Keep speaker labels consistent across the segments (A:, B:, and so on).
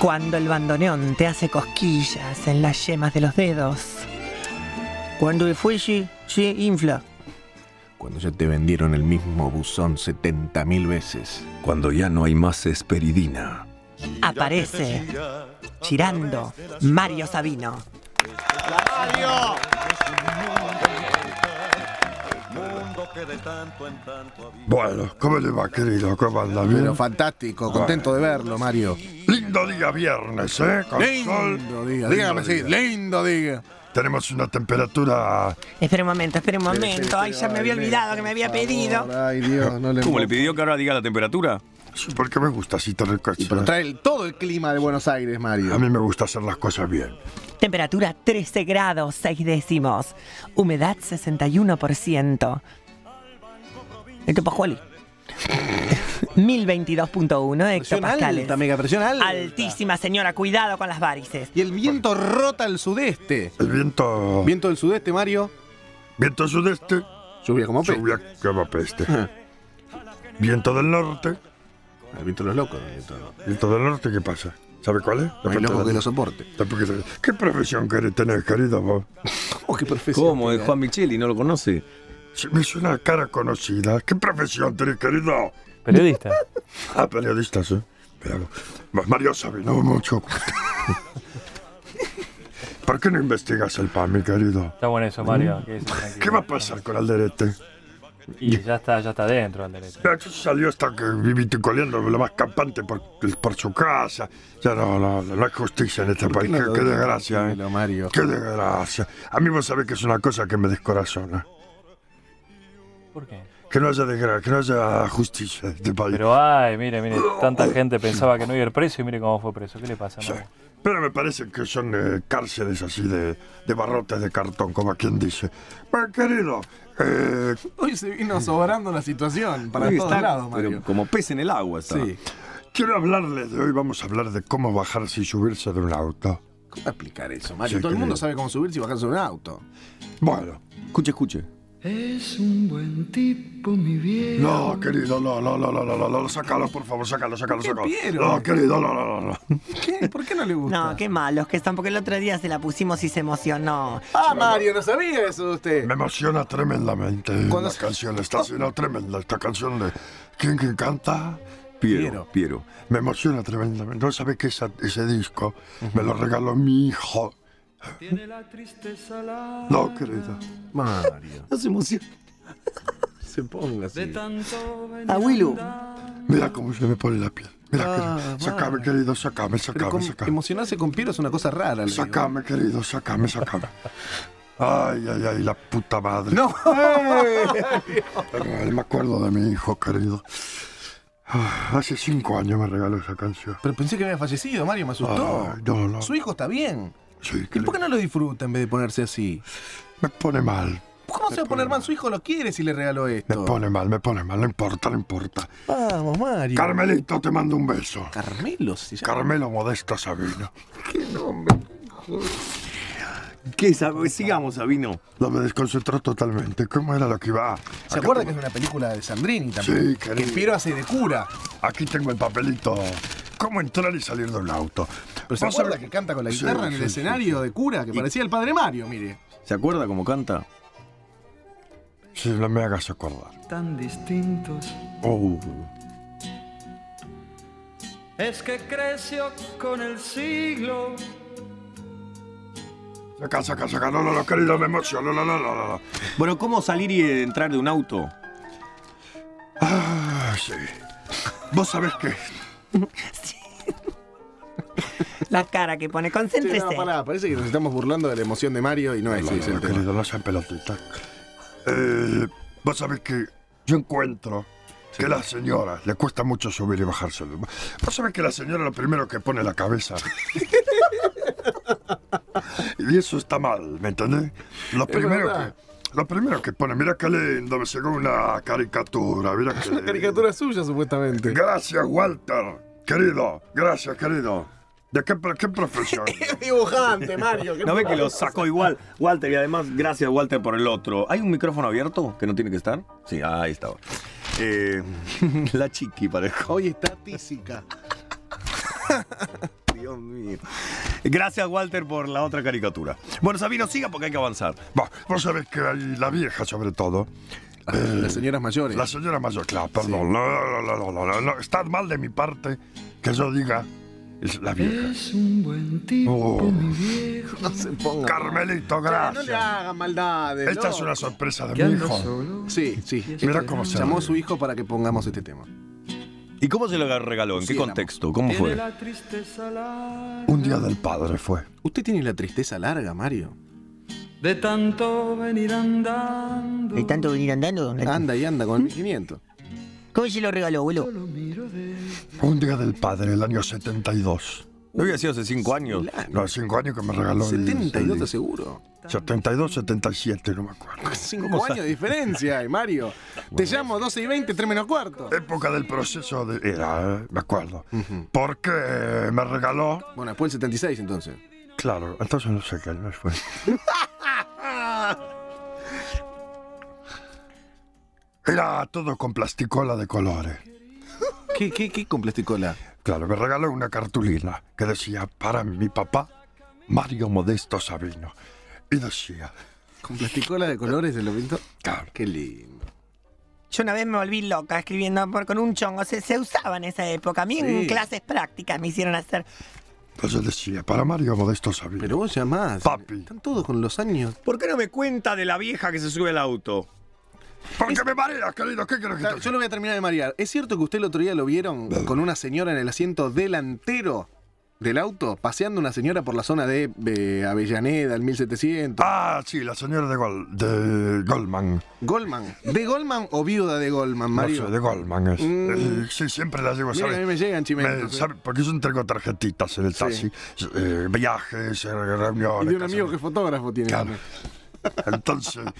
A: Cuando el bandoneón te hace cosquillas en las yemas de los dedos.
B: Cuando el fuelle se infla.
C: Cuando ya te vendieron el mismo buzón 70.000 veces.
D: Cuando ya no hay más esperidina.
A: Aparece, girando, Mario Sabino.
E: Mario.
F: Bueno, ¿cómo le va, querido? ¿Cómo anda bien?
C: Pero fantástico, contento de verlo, Mario.
F: Lindo día viernes, ¿eh? Con sol.
C: Lindo día. Dígame, sí, lindo día.
F: Tenemos una temperatura...
A: Espera un momento, espera un momento. Ay, ya me había olvidado que me había pedido.
C: Ay, Dios, no le
D: ¿Cómo le pidió que ahora diga la temperatura?
F: Sí, porque me gusta así tener
C: Y
F: cosas.
C: pero trae el- todo el clima de Buenos Aires, Mario.
F: A mí me gusta hacer las cosas bien.
A: Temperatura 13 grados 6 décimos. Humedad 61%. Esto es Pajuali. 1022.1
C: Presión
A: hectopascales.
C: alta, mega presión alta.
A: Altísima señora, cuidado con las varices.
C: Y el viento rota al sudeste.
F: El viento...
C: Viento del sudeste, Mario.
F: Viento sudeste,
C: Lluvia como pe.
F: lluvia que va peste.
C: Ah.
F: viento del norte.
C: El viento de los locos. el viento de los-
F: ¿Viento del norte qué pasa? ¿Sabe cuál es?
C: No hay loco que lo soporte.
F: ¿Qué profesión querés tener, querido vos?
C: Oh, qué profesión.
D: ¿Cómo? Es Juan Micheli, no lo conoce.
F: Si me hizo una cara conocida. ¿Qué profesión tenés, querido?
G: Periodista.
F: Ah, periodistas, ¿eh? Pero, Mario Sabino, mucho. gusto. ¿Por qué no investigas el PAN, mi querido?
G: Está bueno eso, Mario. que es tranquilo.
F: ¿Qué va a pasar con Alderete?
G: Y ya está, ya está dentro, Alderete.
F: Ya salió hasta que viviste coleando lo más campante por, por su casa. Ya no, no, no hay justicia en este
C: ¿Por
F: país.
C: no
F: Qué,
C: lo
F: qué
C: doy?
F: desgracia, ¿eh?
C: Dímelo, Mario.
F: Qué desgracia. A mí vos sabés que es una cosa que me descorazona.
G: ¿Por qué?
F: Que no haya desgracia, que no haya justicia en este país.
G: Pero ay, mire, mire, tanta gente pensaba que no iba a ir preso y mire cómo fue preso. ¿Qué le pasa,
F: Oh. Sí.
G: Mario?
F: Pero me parece que son eh, cárceles así de, de barrotes de cartón, como quien dice. Bueno, querido, eh,
H: Hoy se vino sobrando la situación para
D: Hoy
H: todos
D: está,
H: lados,
D: pero
H: Mario.
D: como pez en el agua está.
H: Sí.
F: quiero hablarles de hoy. Vamos a hablar de cómo bajarse y subirse de un auto.
C: ¿Cómo explicar eso, Mario?
F: Sí,
C: Todo el mundo
F: querido.
C: sabe cómo subirse y bajarse de un auto.
F: Bueno,
D: Escuche, escuche.
I: Es un buen tipo, mi viejo.
F: no, querido, no, no, no, no, no, no, no, sácalo, por favor, sácalo, sácalo,
H: ¿Qué,
F: sácalo.
H: Piero?
F: No, querido, no, no, no, no.
H: ¿Qué? ¿Por qué no le gusta?
A: No, qué malos que están, porque el otro día se la pusimos y se emocionó.
H: Ah, Mario, no sabía eso de
D: Eh.
H: usted.
F: Me emociona tremendamente
C: Cuando
F: la
C: se-
F: canción, está siendo tremenda esta canción de ¿Quién que canta?
D: Piero, Piero.
F: Me emociona tremendamente. No sabes que esa- ese disco me lo regaló mi hijo.
I: Tiene la tristeza larga
F: No, querido.
C: Mario.
D: No se emociona.
C: Se ponga
I: de
C: así.
I: tanto venir
C: Abuelo.
I: andar.
F: Mira cómo se me pone la piel. Mira,
C: Ah,
F: querido.
C: va.
F: Sacame, querido, sacame,
H: Pero
F: sacame,
H: con-
F: sacame.
C: Emocionarse con Piero es una cosa rara. le digo.
F: Sacame, querido, sacame, sacame. Ay, ay, ay, la puta madre.
C: No.
F: Ay, me acuerdo de mi hijo, querido. Ah, Hace cinco años me regaló esa canción.
H: Pero pensé que había fallecido, Mario, me asustó.
F: Ay, no, no.
H: Su hijo está bien.
F: Sí,
H: ¿Y
F: querido.
H: por qué no lo disfruta en vez de ponerse así?
F: Me pone mal.
H: ¿Cómo se va a poner mal? Su hijo lo quiere si le regaló
F: Me
H: esto.
F: pone mal, me pone mal. No importa, no importa.
H: Vamos, Mario.
F: Carmelito, te mando un beso.
H: Carmelo, se llama.
F: Carmelo Modesto Sabino.
D: ¿Qué sabe? Sigamos, Sabino.
F: Lo me desconcentró totalmente. ¿Cómo era lo que iba?
H: ¿Se
F: Acá
H: acuerda que
F: tengo-
H: es una película de Sandrini también?
F: Sí, querido.
H: Que Piero hace de cura.
F: Aquí tengo el papelito. ¿Cómo entrar y salir de un auto?
H: Pero ¿se
F: Vos
H: acuerda
F: sabés-
H: que canta con la
F: Sí,
H: guitarra en el
F: sí, sí,
H: escenario de cura? Que parecía el padre Mario, mire.
D: ¿Se acuerda cómo canta?
F: Sí, no me hagas acordar.
I: Tan distintos.
F: Oh,
I: Es que creció con el siglo.
F: saca, saca, saca. No, no, no, querido, me emociono. No, no, no, no, no.
D: Bueno, ¿cómo salir y entrar de un auto?
F: Ah, sí. Vos sabés que
A: La cara que pone,
H: Sí, no,
A: concéntrese.
H: pará, parece que nos estamos burlando de la emoción de Mario y no es
F: No,
H: ese
F: no,
H: el tema.
F: querido, no sean pelotitas. Eh, vos sabés que yo encuentro que a las señoras le cuesta mucho subir y bajarse. Vos sabés que la señora lo primero que pone la cabeza. y eso está mal, ¿me entendés? Lo primero
H: verdad.
F: que. Lo primero que pone, mira qué lindo, me llegó una caricatura, mira qué
H: Una caricatura suya, supuestamente.
F: Gracias, Walter, querido, gracias, querido. ¿De qué, pro- qué profesión?
H: dibujante, Mario.
D: ¿No ve que lo sacó igual, Walter? Y además, gracias, Walter, por el otro. ¿Hay un micrófono abierto que no tiene que estar? Sí, ahí estaba. Eh, la chiqui parejo.
H: Hoy está tísica.
D: Dios mío. Gracias, Walter, por la otra caricatura. Bueno, Sabino, siga porque hay que avanzar.
F: Va, vos sabés que hay la vieja, sobre todo.
H: Las señoras mayores.
F: Eh. La señora mayor, claro, perdón. No, no, no, no, no, no, no, Está mal de mi parte que yo diga es la vieja.
I: Es un buen tipo,
F: Oh.
I: mi viejo.
H: No se ponga.
F: Carmelito,
H: No le
F: gracias.
H: hagan maldades.
F: Esta es
H: loco.
F: una sorpresa
I: Que
F: de mi
I: anda
F: hijo.
I: solo.
H: Sí, sí.
F: Mira cómo se
H: Llamó a
F: ríe.
H: su hijo para que pongamos este tema.
D: ¿Y cómo se lo regaló? ¿En
H: Sí,
D: qué
H: el
D: contexto? ¿Cómo
I: Tiene
D: fue?
I: la tristeza larga
F: Un día del padre fue.
H: ¿Usted tiene la tristeza larga, Mario?
I: de tanto venir andando.
B: ¿De tanto venir andando?
H: Anda y anda con el
F: ¿Mm?
H: 1500.
B: ¿Cómo se lo regaló, abuelo?
I: Lo miro de
F: Un día del padre, el año 72.
D: No había sido hace cinco años.
F: No, hace cinco años que me regaló. el-
H: 72 te
F: el-
H: seguro.
F: 72, 77, no me acuerdo.
H: 5 años de diferencia, ay, Mario. Te llamo 12 y 20, 3 menos cuarto.
F: Época del proceso de... Era, eh, me acuerdo. Porque me regaló...
H: Bueno, después del 76 entonces.
F: Claro, entonces no sé qué año fue. Era todo con plasticola de colores.
H: ¿Qué, qué, qué con plasticola?
F: Claro, me regaló una cartulina que decía para mi papá, Mario Modesto Sabino. Y decía,
H: Con plasticola de colores se lo pintó.
F: claro,
H: Qué lindo.
A: Yo una vez me volví loca escribiendo por- con un chongo. Se, se usaba en esa época. A mí
H: Sí.
A: en clases prácticas me hicieron hacer.
F: entonces pues decía, para Mario Modesto Sabino.
H: Pero vos llamás.
F: Papi.
H: Están todos con los años.
D: ¿Por qué no me cuenta de la vieja que se sube al auto?
F: Porque me mareas, querido, ¿qué quieres que te
H: Yo lo voy a terminar de marear. ¿Es cierto que usted el otro día lo vieron con una señora en el asiento delantero del auto, paseando una señora por la zona de, de Avellaneda, el 1700?
F: Ah, sí, la señora de, Gol- de Goldman.
H: Goldman. ¿De Goldman o viuda de Goldman, Mario?
F: No sé, de Goldman es.
H: Mm.
F: Eh, sí, siempre la llevo,
H: Mira,
F: ¿sabes?
H: a mí me llegan chimentos,
F: Me-
H: eh.
F: ¿sabe? Porque yo entrego tarjetitas en el taxi. eh, viajes, eh, reuniones.
H: Y de un
F: cosas
H: amigo que
F: así.
H: es fotógrafo tiene.
F: Claro. Entonces...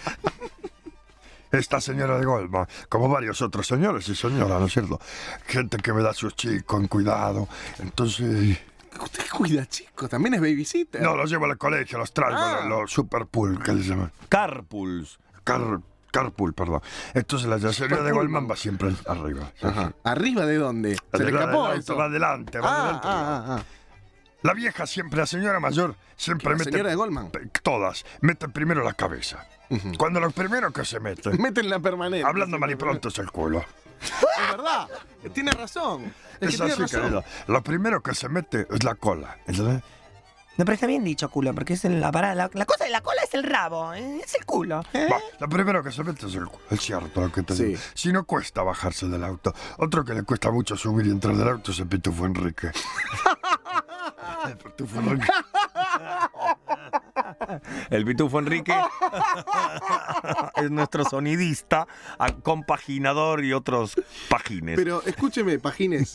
F: Esta señora de Goldman, como varios otros señores y señoras, ¿no es cierto? Gente que me da sus chicos con cuidado. Entonces,
H: Usted cuida, chicos. También es babysitter.
F: no, los llevo al colegio, los traigo,
H: Ah.
F: los, los superpool, que le llaman.
D: Carpools.
F: Car- carpool, perdón. Entonces la señora de Goldman va siempre arriba.
H: Ajá. ¿Arriba de dónde? Se le
F: Arriba del
H: escapó
F: auto,
H: eso.
F: Va adelante, va
H: Ah, ah,
F: adelante.
H: ah, ah.
F: La vieja siempre, la señora mayor, siempre
H: La
F: mete.
H: señora de Goldman.
F: pe- Todas, meten primero la cabeza. Cuando lo primero que se mete,
H: Meten la permanente.
F: hablando mal y pronto, es el culo.
H: Es verdad. Tiene razón. Es,
F: Es
H: que tiene
F: así,
H: razón.
F: querido. Lo primero que se mete es la cola. ¿entendés?
A: No, pero está bien dicho culo, porque es el- la parada. La, la cosa de la cola es el rabo, ¿eh? es el culo. ¿eh?
F: Va, lo primero que se mete es el culo. Es cierto lo que te
H: Sí.
F: digo. Si no cuesta bajarse del auto. Otro que le cuesta mucho subir y entrar del auto es el Pitufo Enrique. El Pitufo Enrique.
D: El Pitufo Enrique es nuestro sonidista, a- compaginador y otros pagines.
H: Pero escúcheme, Pagines.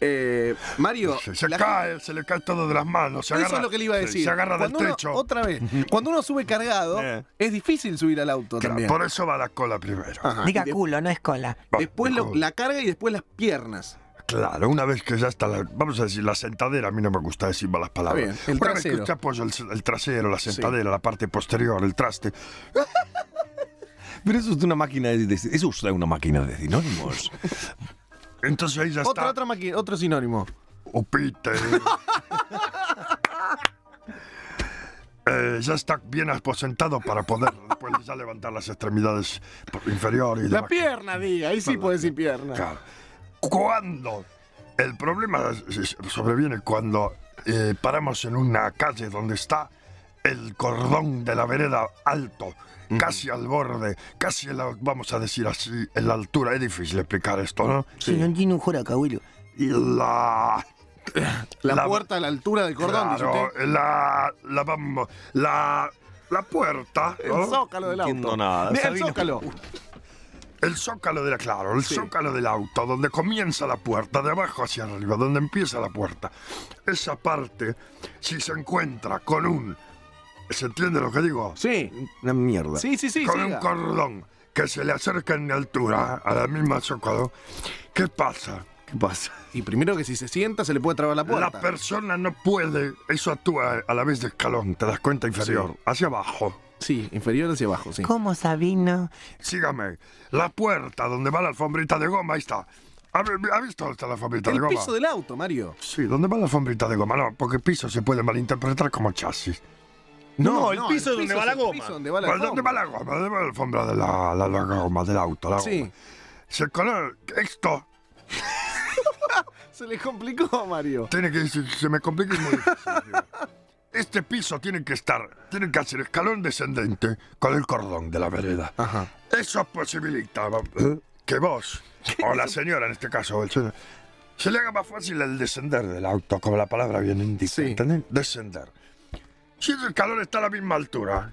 H: Eh, Mario.
F: Se, se
H: la-
F: cae, se le cae todo de las manos. Se
H: Eso
F: agarra,
H: es lo que le iba a
F: se-
H: decir.
F: Se agarra del
H: Cuando uno-
F: techo.
H: otra vez. Cuando uno sube cargado,
D: Eh.
H: es difícil subir al auto
F: Claro,
H: también.
F: por eso va la cola primero.
H: Ajá.
A: Diga
H: Y de-
A: culo, no es cola.
F: Va,
H: después lo-
F: dijo,
H: la carga y después las piernas.
F: Claro, una vez que ya está la. Vamos a decir, la sentadera, a mí no me gusta decir malas palabras.
H: Está bien, el
F: una vez que
H: trasero.
F: usted apoya el, el trasero, la sentadera, la parte posterior, el traste.
D: Pero eso es una máquina de, de- eso es una máquina de sinónimos.
F: Entonces ahí ya
H: Otra,
F: está.
H: otra maqui- otro sinónimo.
F: Upite. Eh, ya está bien aposentado para poder después ya levantar las extremidades por- inferiores. y
H: La
F: demás.
H: pierna, diga. Ahí sí puede decir pierna.
F: Claro. Cuando el problema se- se- sobreviene cuando eh, paramos en una calle donde está el cordón de la vereda alto, casi al borde, casi en la- vamos a decir así, en la altura. Es difícil explicar esto, ¿no?
B: Sí, no tiene un joraca, abuelo.
F: Y la
H: La,
F: La-
H: puerta a la altura del cordón, dice
F: Claro,
H: usted.
F: la, la vamos, la, la puerta,
H: El
F: ¿no?
H: zócalo del
D: No entiendo
H: auto.
D: nada,
H: Mira, el
D: Sabino.
H: zócalo.
F: El zócalo de la, claro, el zócalo del auto, donde comienza la puerta, de abajo hacia arriba, donde empieza la puerta. Esa parte, si se encuentra con un, ¿se entiende lo que digo?
H: Sí.
D: Una mierda.
H: Sí, sí, sí.
F: con un
H: siga.
F: cordón que se le acerca en altura a la misma zócalo, ¿qué pasa?
D: ¿Qué pasa?
H: Y primero que si se sienta se le puede trabar la
F: La
H: puerta.
F: persona no puede, eso actúa a la vez de escalón, te das cuenta inferior, hacia abajo.
H: sí, inferior hacia abajo, sí.
A: ¿Cómo, Sabino?
F: Sígame. La puerta donde va la alfombrita de goma, ahí está. ¿Ha, ha visto dónde está la alfombrita de
H: El
F: goma?
H: piso del auto, Mario.
F: Sí, ¿dónde va la alfombrita de goma? No, porque piso se puede malinterpretar como chasis.
E: No, el piso es donde va la
H: es el
E: goma.
H: piso donde va la
F: Bueno, ¿Dónde va
H: alfombra.
F: la goma? ¿Dónde va la alfombra de la, la- la goma del auto? La goma?
H: Sí,
F: Si el color, esto,
H: se le complicó, Mario.
F: tiene que, se, se me complica es muy difícil, digo. Este piso tiene que estar, tiene que hacer escalón descendente con el cordón de la vereda.
H: Ajá.
F: Eso posibilita ¿eh? que vos, o la señora en este caso, o el señor, se le haga más fácil el descender del auto, como la palabra bien indica.
H: Sí.
F: ¿entendés? Descender. Si el calor está a la misma altura,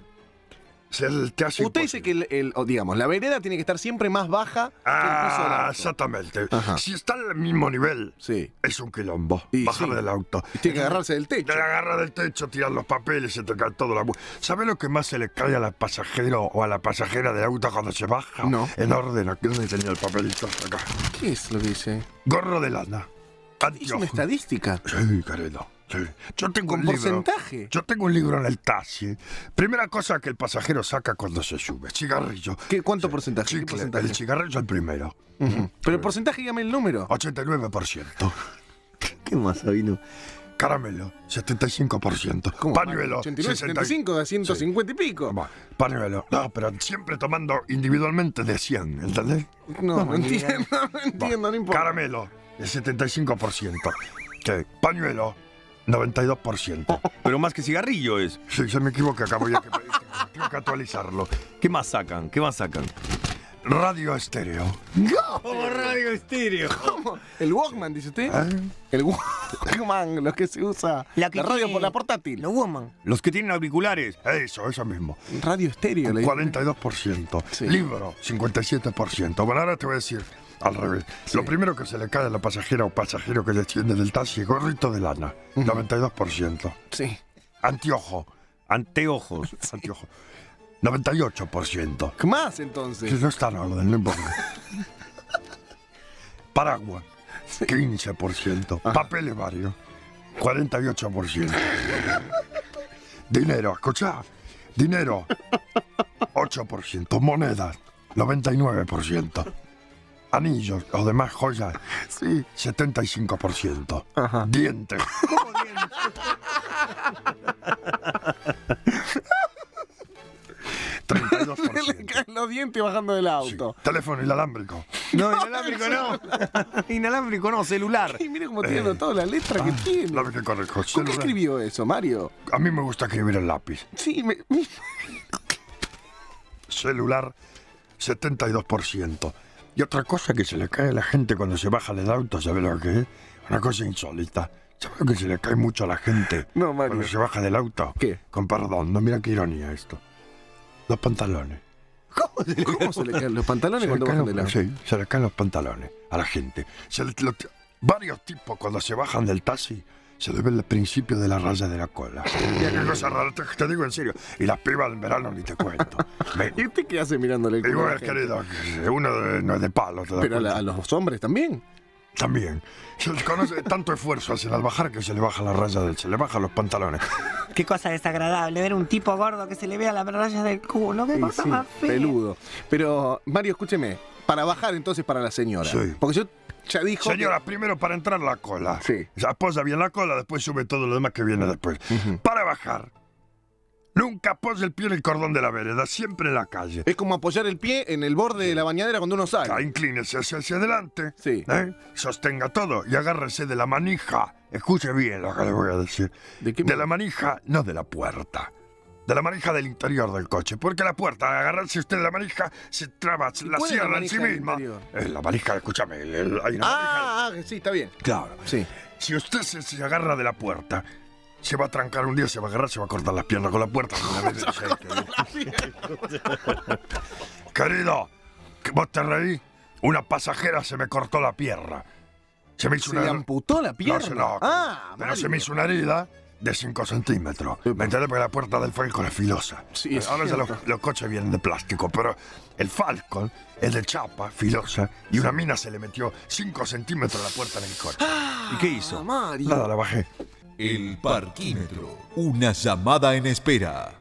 F: se le- te hace.
H: Usted dice
F: imposible.
H: que, el, el- o digamos, la vereda tiene que estar siempre más baja
F: Ah,
H: que el piso del auto.
F: exactamente.
H: Ajá.
F: Si está al mismo nivel,
H: Sí.
F: es un quilombo.
H: Y
F: bajar
H: sí.
F: del auto.
H: Y tiene que agarrarse del
F: Te
H: techo.
F: agarra del techo, tirar los papeles, se te cae todo la... ¿Sabes lo que más se le cae al pasajero o a la pasajera del auto cuando se baja?
H: No.
F: En orden, aquí donde tenía el papelito hasta acá.
H: ¿Qué es lo que dice?
F: Gorro de lana.
H: Es una
F: Anteojos.
H: estadística.
F: Sí, querido. Sí. Yo tengo
H: Con
F: un libro.
H: porcentaje.
F: Yo tengo un libro en el taxi. Primera cosa que el pasajero saca cuando se sube. Cigarrillo.
H: ¿Qué, ¿Cuánto porcentaje? ¿Qué
F: Chicle.
H: porcentaje?
F: El cigarrillo el primero.
H: Ujú. Pero el porcentaje, dígame el número.
F: 89%.
H: ¿Qué más, Sabino?
F: Caramelo, 75%. Pañuelo,
H: 89,
F: 60.
H: 75, de 150 y pico.
F: Bueno, Pañuelo. No, pero siempre tomando individualmente de 100, ¿entendés?
H: No, no entiendo, no entiendo, no importa.
F: Caramelo, el 75%. ¿Qué? Pañuelo, 92%.
D: Pero más que cigarrillo es.
F: Sí, se me equivoca acá, voy a que, tengo que actualizarlo.
D: ¿Qué más sacan? ¿Qué más sacan?
F: Radio estéreo.
E: Como radio estéreo.
H: ¿El Walkman, dice usted?
F: ¿eh?
H: El Walkman, lo que se usa. La,
B: La que
H: radio
B: tiene-
H: por la portátil.
B: No woman.
D: Los que tienen auriculares.
F: Eso, eso mismo.
H: Radio estéreo, le dice.
F: 42%.
H: Sí.
F: Libro, 57%. Bueno, ahora te voy a decir al revés. Lo primero que se le cae a la pasajera o pasajero que desciende del taxi es gorrito de lana. 92%.
H: Sí.
F: Anteojo.
D: Anteojos.
F: Anteojo. 98%.
H: ¿Qué más
F: Si
H: entonces?
F: no está en orden, no importa. Paraguas. 15%. Papeles varios. 48%. Dinero, escuchá. Dinero. 8%. Monedas. 99%. Anillos o demás joyas. Sí. 75%. Dientes.
H: Se le
F: 32%.
H: caen los dientes bajando del
F: Sí.
H: auto.
F: Teléfono inalámbrico.
D: No, inalámbrico no. Inalámbrico no, celular.
H: Y mire cómo tiene toda la letra Eh, ah, que tiene.
F: La vez que corrijo.
H: ¿Con qué
F: celular.
H: escribió eso, Mario?
F: A mí me gusta escribir el lápiz.
H: Sí, me...
F: Celular, 72%. Y otra cosa que se le cae a la gente cuando se baja del auto, ¿sabe lo que es? Una cosa insólita. ¿Sabe lo que se le cae mucho a la gente
H: No, Mario.
F: cuando se baja del auto?
H: ¿Qué?
F: Con perdón, no mira qué ironía esto. Los pantalones.
H: ¿Cómo se le caen los pantalones
F: Se le,
H: cuando
F: caen
H: bajan del
F: los,
H: auto?
F: sí, se le caen los pantalones a la gente. Se le- lo- varios tipos cuando se bajan del taxi se le ve el principio de la raya de la cola. Mira qué cosa rara, te, te digo en serio. Y las pibas en verano ni te cuento. Me-
H: ¿Y usted qué hace mirándole el
F: y
H: culo a la
F: bueno,
H: gente?
F: querido, uno de- no es de palo. te das
H: Pero a, la-
F: cuenta.
H: a los hombres también.
F: También. Se le conoce tanto esfuerzo hacen al bajar que se le baja la raya del... Se le bajan los pantalones.
A: Qué cosa desagradable ver un tipo gordo que se le vea las rayas del culo. Qué
H: Sí,
A: cosa
H: sí,
A: más fea.
H: peludo. Pero, Mario, escúcheme. Para bajar entonces para la señora.
F: Sí.
H: Porque yo ya dijo... que-
F: Señora, primero para entrar la cola.
H: Sí.
F: Se apoya bien la cola, después sube todo lo demás que viene después. Para bajar. Nunca apoya el pie en el cordón de la vereda, siempre en la calle.
H: Es como apoyar el pie en el borde de la bañadera cuando uno
F: Ah,
H: sale.
F: inclínese hacia, hacia adelante.
H: Sí.
F: ¿eh? Sostenga todo y agárrese de la manija. Escuche bien lo que le voy a decir.
H: ¿De qué
F: la manija, no de la puerta. De la manija del interior del coche. Porque la puerta, al agarrarse usted de la manija, se traba, se la
H: cuál es la
F: cierra en sí
H: manija del
F: misma.
H: interior?
F: Eh, la manija, escúchame, el- hay una manija.
H: Ah, ah, sí, está bien.
F: Claro.
H: Sí.
F: Si usted se, se agarra de la puerta, se va a trancar un día, se va a agarrar, se va a cortar las piernas con la puerta. Una vez dice, Querido, que vos te reí, una pasajera se me cortó la pierna. Se me hizo
H: Se
F: una
H: le amputó la
F: no,
H: pierna.
F: se- no,
H: ah,
F: pero
H: Mario.
F: se me hizo una herida de 5 centímetros. ¿Me entendés? Porque la puerta del Falcon es filosa. Eh,
H: Sí, es
F: Ahora ya los,
H: cierto.
F: los coches vienen de plástico, pero el Falcon es de chapa, filosa, y una mina se le metió 5 centímetros a la puerta del coche.
D: ¿Y qué
H: Ah,
D: hizo?
H: Mario.
F: Nada, la bajé.
J: El parquímetro. Una llamada en espera.